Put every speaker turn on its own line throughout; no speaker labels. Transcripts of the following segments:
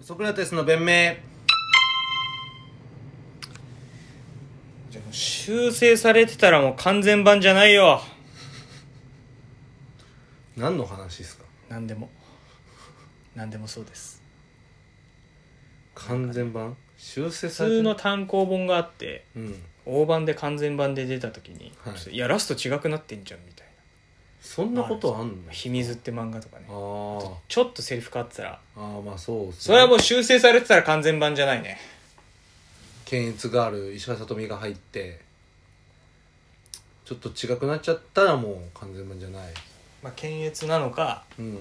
ソクラテスの弁明
じゃあ修正されてたらもう完全版じゃないよ
何の話ですか
何でも何でもそうです
完全版修正さ
普
れて
通
る
の単行本があって
うん
大版で完全版で出た時に、
はい
い、やラスト違くなってんじゃんみたい
そんなことあん
な「
の
秘密」って漫画とかね
あ
ちょっとセリフ変わってたら
あああまあそうっす
それはもう修正されてたら完全版じゃないね
検閲がある石川さとみが入ってちょっと違くなっちゃったらもう完全版じゃない
まあ検閲なのか
うん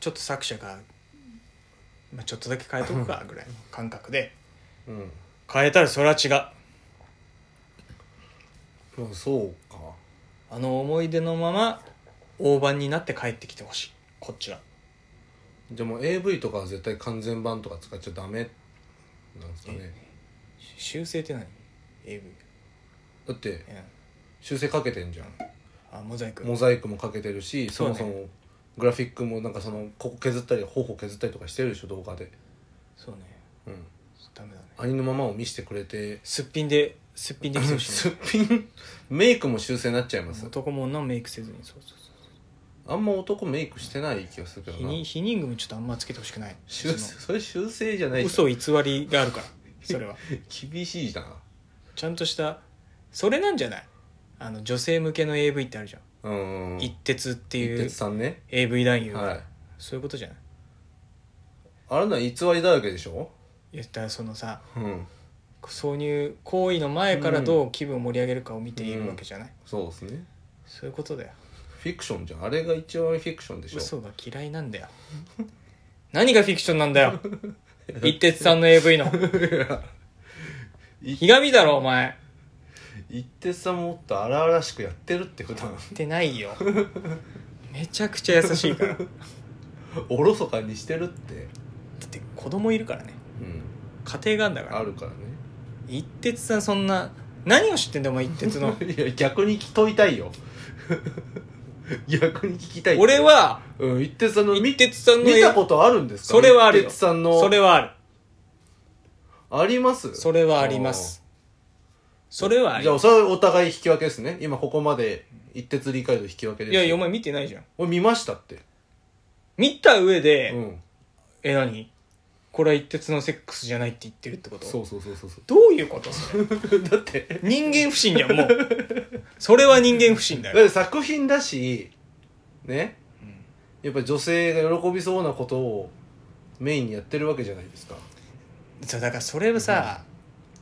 ちょっと作者が、まあ、ちょっとだけ変えとくかぐらいの感覚で
うん
変えたらそれは違う
まあそうか
あの思い出のまま大盤になって帰ってきてほしいこっちは
じゃあもう AV とかは絶対完全版とか使っちゃダメなんですかね
修正って何 ?AV、
だって
うん、
修正かけてんじゃん
あモザイク
モザイクもかけてるしそ
そう
も
ね
そもグラフィックもなんかそのここ削ったり頬削ったりとかしてるでしょ動画で、
そうね
うん、
ダメだね
ありのままを見せてくれて
すっぴんですっぴんできてほし
すっぴんメイクも修正になっちゃいま
い
す
男も女もメイクせずにそうそうそ
あ
う
んま男メイクしてない気がするけど
避
な
妊避妊具もちょっとあんまつけてほしくない
修正それ修正じゃな
そ
い
の
じゃん
嘘偽りがあるからそ れは
厳しいじゃん
ちゃんとしたそれなんじゃないあの女性向けの AV ってあるじゃん、
うん
一徹って
一
いう
徹さんね
AV 男優が、
はい
そういうことじゃない
あれのは偽りだらけでしょ
言ったらそのさ
うん
挿入行為の前からどう気分を盛り上げるかを見ているわけじゃない、
そうですね
そういうことだよ
フィクションじゃんあれが一番フィクションでしょ
嘘が嫌いなんだよ 何がフィクションなんだ よ一徹さんの AV のひがみだろお前
一徹さんもっと荒々しくやってるって普段
言ってないよめちゃくちゃ優しいからだ
おろそかにしてるって
って子供いるからね
うん
家庭があんだか
あ
ら
るからね
一徹さんそんな何を知ってんだよお前一 徹の
いや逆に聞といたいよ 逆に聞きたいって
俺は
うん一徹さんの見
一徹さんの
見たことあるんですか
それはあるよ
一徹さんの
それはある
あります
それはありますそれはあり
じゃ
ま
あそれはお互い引き分けですね今ここまで一徹理解度引き分けです
いやいやお
お前
前見てないじゃん
見ましたって
見た上で、
うん
え何これは一徹のセックスじゃないって言ってるってこと
そうそうそうそうそ
どういうことそれ
う だって
人間不信じゃんもうそれは人間不信だ
だっ
よ、
て作品だしねやっぱ女性が喜びそうなことをメインにやってるわけじゃないですか
そうだからそれはさ、
や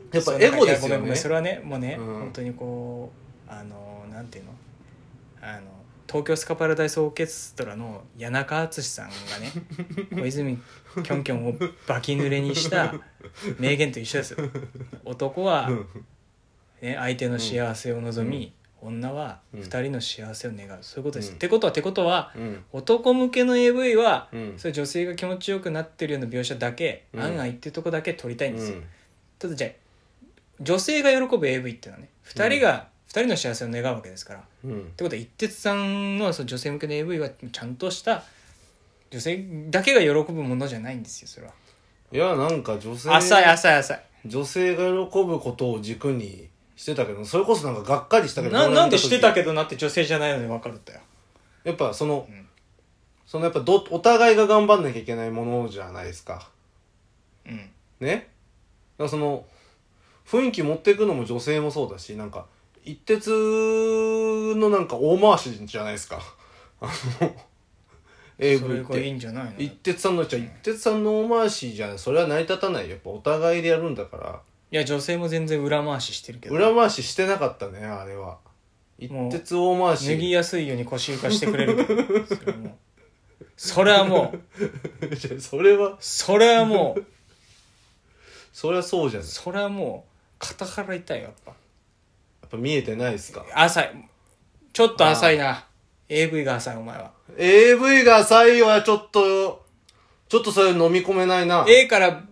っぱ
そう
エゴです
いやごめ
よ
んご
ね
めんそれはねもうね、
うん
本当にこうあのなんていうのあの東京スカパラダイスオーケストラの谷中敦さんがね 小泉きょんきょんをバキ濡れにした名言と一緒ですよ男は、
うん
ね、相手の幸せを望み、女は
うん
二人の幸せを願う、そういうことです、
うん
ってことはってことは
うん
男向けの AV は、
うん
それ女性が気持ちよくなってるような描写だけ、
うん
案外っていうとこだけ撮りたいんですよ、
うん
ただじゃあ女性が喜ぶ AV っていうのはね2人が、二人の幸せを願うわけですからって
うん
ことは一徹さんのその女性向けの AV はちゃんとした女性だけが喜ぶものじゃないんですよそれはい
やなんか女性
浅い浅い浅い
女性が喜ぶことを軸にしてたけどそれこそなんかがっかりしたけど
ななんでしてた
ど
けどなって女性じゃないので分かるんだよ
やっぱその、
ん
そのやっぱどお互いが頑張んなきゃいけないものじゃないですか
うん
ねだからその雰囲気持っていくのも女性もそうだしなんか一徹のなんか大回しじゃないですかあの
そ
AV
れ
っ
がいい
て
んじゃないの
一徹さんのじゃ一徹さんの大回しじゃそれは成り立たないよやっぱお互いでやるんだから
いや女性も全然裏回ししてるけど
裏回ししてなかったねあれは一徹大回
脱ぎ
し
やすいように腰床してくれるからそれはもうそれはも う
それは
それはも う
それはそうじゃない
それはもう肩から痛いよやっぱ
やっぱ見えてないですか
浅いちょっと浅いな AV が浅いお前は
AV が浅いはちょっと、ちょっとそれ飲み込めないな。
A から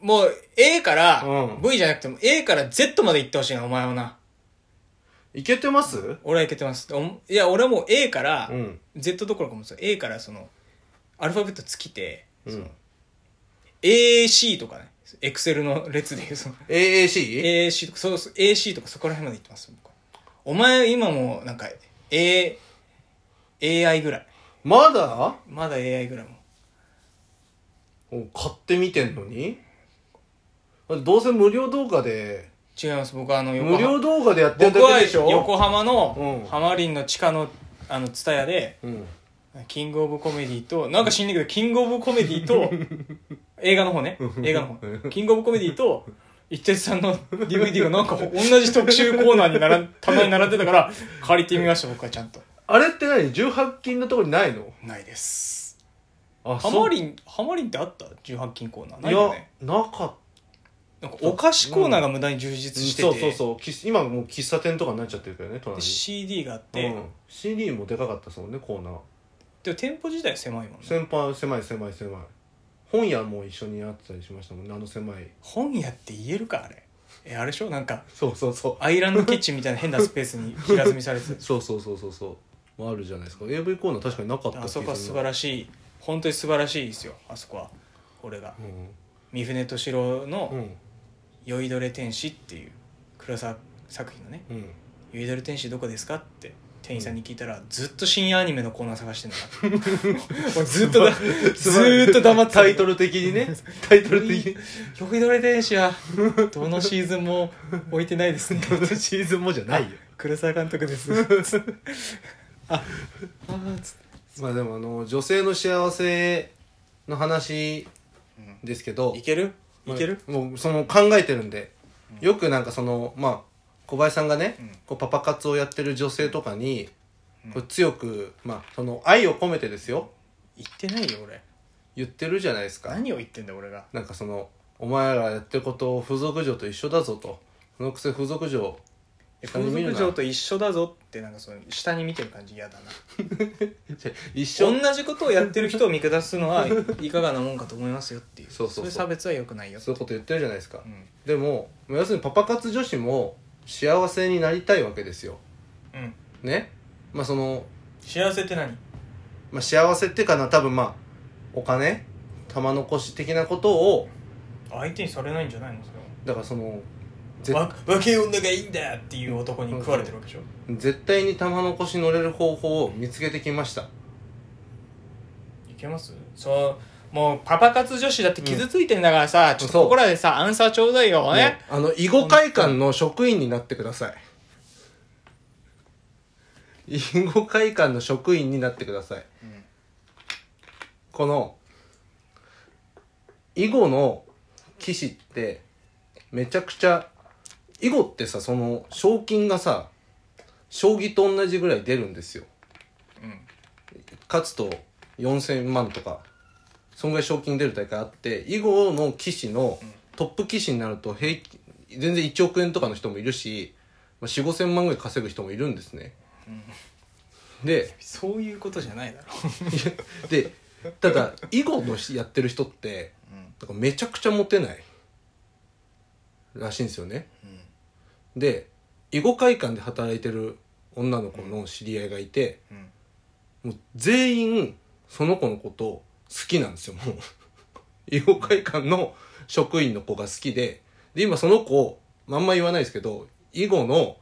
もう A から
うん
V じゃなくても A から Z まで行ってほしいなお前はない
けてます
俺はいけてますおいや俺はもう A から
うん。
Z どころかもうその A からそのアルファベット尽きて、
うん。
AC とかねエクセルの列でいうその
AAC?
AC とかそうそう AC とかそこら辺まで行ってます僕はお前今もうなんか、A、AI ぐらい
まだ
まだ AI ぐらいも
お買ってみてんのにどうせ無料動画で
違います僕はあの
無料動画でやってる
僕
だ
は
けでしょ
横浜
う
の
ん
ハマリンの地下のあの蔦屋で
うん、
キングオブコメディとなんか知んねえけどキングオブコメディと 映画の方ね映画の方キングオブコメディと一徹さんの DVD がなんか同じ特集コーナーにならたまに並んでたから借りてみました僕はちゃんと
あれって何18禁のとこにないの
ないです
あ
ハマリンハマリンってあった18禁コーナー
ン
ないいよ
や
ね
なかった
なんかお菓子コーナーが無駄に充実してて、
そうそうそう喫今もう喫茶店とかになっちゃってるけどね
で
隣
CD があって、
うん、CD もでかかったですもんねコーナー
でも店舗自体狭いもんね
先輩狭い狭い狭い本屋も一緒にやってたりしましたもんねあの狭い
本屋って言えるかあれえあれでしょなんか
そうそうそう
アイランドキッチンみたいな変なスペースに平積みされてた
そうそうそうそうそうあるじゃないですか AV コーナー確かになかった
あそこは素晴
らし
らしい本当に素晴らしいですよあそこは俺が三船敏郎
うんう
の
ん
「酔いどれ天使」っていう黒沢作品のね
うん
「酔いどれ天使どこですか?」って店員さんに聞いたら、ずっと深夜アニメのコーナー探してんだからもう ずっとだずーっと黙ってた
タイトル的 にねタイトル 的に
酔いどれ天使はどのシーズンも置いてないですね
どのシーズンもじゃないよ
黒沢監督ですああーつって
まあでもあの女性の幸せの話
うん
ですけど
いけるいける、
まあもうその考えてるんで、よくなんかそのまあ小林さんがね、
うん
こうパパ活をやってる女性とかに、
うん
こう強くまあその愛を込めてですよ
言ってないよ俺
言ってるじゃないですか
何を言ってんだ俺が
なんかそのお前らやってることを付属嬢と一緒だぞとそのくせ付属嬢下
風
に見る
俗
な
嬢と一緒だぞってなんかその下に見てる感じ嫌だな
一緒
同じことをやってる人を見下すのはいかがなもんかと思いますよっていう
そうそうそう
れ差別は良くないよ
そういうこと言ってるじゃないですか、
うん
でもまあ要するにパパ活女子も幸せになりたいわけですよ
うん
ねまあその
幸せって何
まあ、幸せっていうかな多分まあお金玉残し的なことを
相手にされないんじゃないのそれは
だからそのぜ
わ若い女がいいんだっていう男に食われてるわけでしょ
絶対に玉残し乗れる方法を見つけてきました
いけますそうもうパパ活女子だって傷ついてんだからさ、ちょっとここらでさアンサーちょうだいよね
ねあの囲碁会館の職員になってください囲碁会館の職員になってください
うん
この囲碁の棋士ってめちゃくちゃ囲碁ってさその賞金がさ将棋と同じぐらい出るんですよ
うん
勝つと4000万とかそんぐらい賞金出る大会あって囲碁の棋士のトップ棋士になると平均全然1億円とかの人もいるしまあ4 5 0 0 0万ぐらい稼ぐ人もいるんですね、で
そういうことじゃないだろ、
でただ囲碁のやってる人って
うん
なんかめちゃくちゃモテないらしいんですよねで囲碁会館で働いてる女の子の知り合いがいて、
うん
もう全員その子のこと好きなんですよもう 医療会館の職員の子が好きでで今その子まああんま言わないですけど囲碁の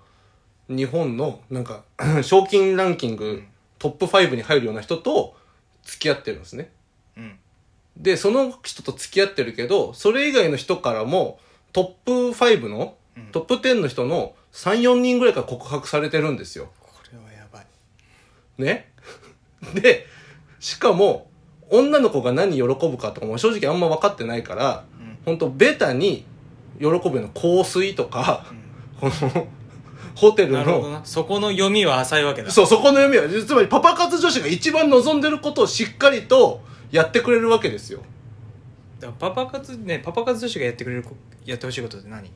日本のなんか 賞金ランキングトップ5に入るような人と付き合ってるんですね
うん
でその人と付き合ってるけどそれ以外の人からもトップ5の
うん
トップ10の人の34人ぐらいから告白されてるんですよ
これはやばい
ね。 で、しかも、女の子が何喜ぶかとかも正直あんま分かってないから、
うん
ほんとベタに喜ぶような香水とか、
う
この、ホテル
んなるほど
の、
なそこの読みは浅いわけだ
そう、そこの読みは、つまりパパ活女子が一番望んでることをしっかりとやってくれるわけですよ。
だからパパ活ねパパ活女子がやってくれるこやってほしいことって何
だか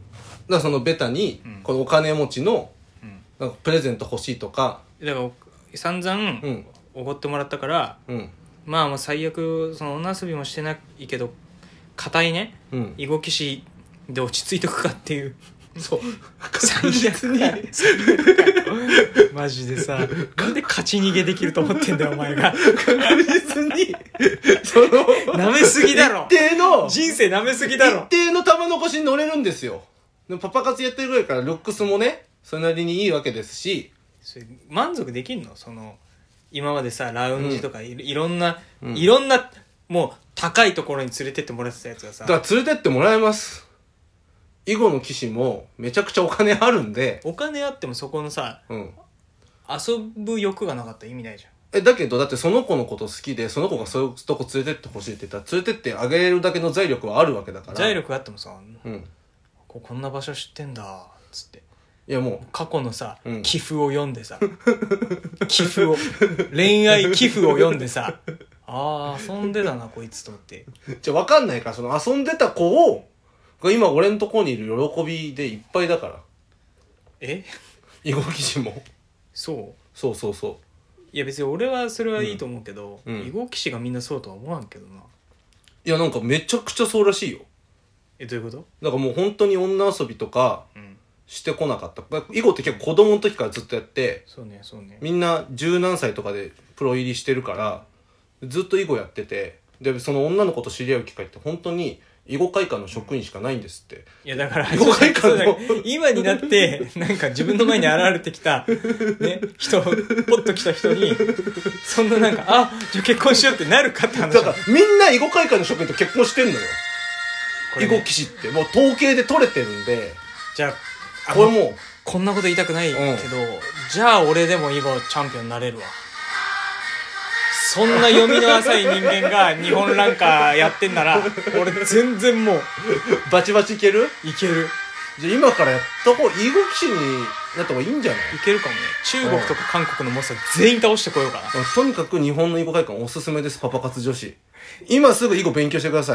らそのベタに
うん、
このお金持ちの、
うん
なんかプレゼント欲しいとか、
だからお散々
うん、
おごってもらったから、
うん、
まあもう最悪その女遊びもしてないけど固いね
うん。
囲碁棋士で落ち着いとくかっていう
そう
最
確実
悪
に
だよ最悪だよマジでさなんで勝ち逃げできると思ってんだよお前が
確実にその
舐めすぎだろ
一定の
人生舐めすぎだ
一
ろ
定の玉残しに乗れるんですよでもパパ活やってるぐらいからルックスもねそれなりにいいわけですし
それ満足できんのその今までさラウンジとかい,、ろんな、
うん
いろんなもう高いところに連れてってもらってたやつがさ
だから連れてってもらえます囲碁の騎士もめちゃくちゃお金あるんで
お金あってもそこのさ
うん
遊ぶ欲がなかったら意味ないじゃん
えだけどだってその子のこと好きでその子がそういうとこ連れてってほしいって言ったら連れてってあげるだけの財力はあるわけだから
財力があってもさ
うん
ここんな場所知ってんだっつって
いやも
過去のさ、
うん
寄付を読んでさ 寄付を恋愛寄付を読んでさああ遊んでたなこいつと思って
うじゃあ分かんないからその遊んでた子をが今俺のとこにいる喜びでいっぱいだから
え
囲碁騎士も
そう
そうそうそ
いや別に俺はそれはいいと思うけど、
うんうん
囲碁棋士がみんなそうとは思わんけど
う
な
いやなんかめちゃくちゃそうらしいよ
えどういうこと
なんかもう本当に女遊びとか
うん
してこなかった囲碁って結構子供の時からずっとやって
そうねそうね
みんな十何歳とかでプロ入りしてるからずっと囲碁やっててでその女の子と知り合う機会って本当に囲碁会館の職員しかないんですって、
いやだから
囲碁会館の
そうだから今になってなんか自分の前に現れてきた、ね、人ポッと来た人にそんななんかあじゃあ結婚しようってなるかって話
だからみんな囲碁会館の職員と結婚してんのよ
こ
囲
れ
碁
ね
棋士ってもう統計で取れてるんで
じゃあ
これもう
こんなこと言いたくないけど、
うん
じゃあ俺でも囲碁チャンピオンになれるわ。そんな読みの浅い人間が日本ランカーやってんなら、 俺全然もう
バチバチいける
いける。
じゃあ今からやった方囲碁棋士になった方がいいんじゃない
いけるかもね。中国とか韓国のモンスター全員倒してこようかな。
とにかく日本の囲碁会館おすすめですパパ活女子今すぐ囲碁勉強してください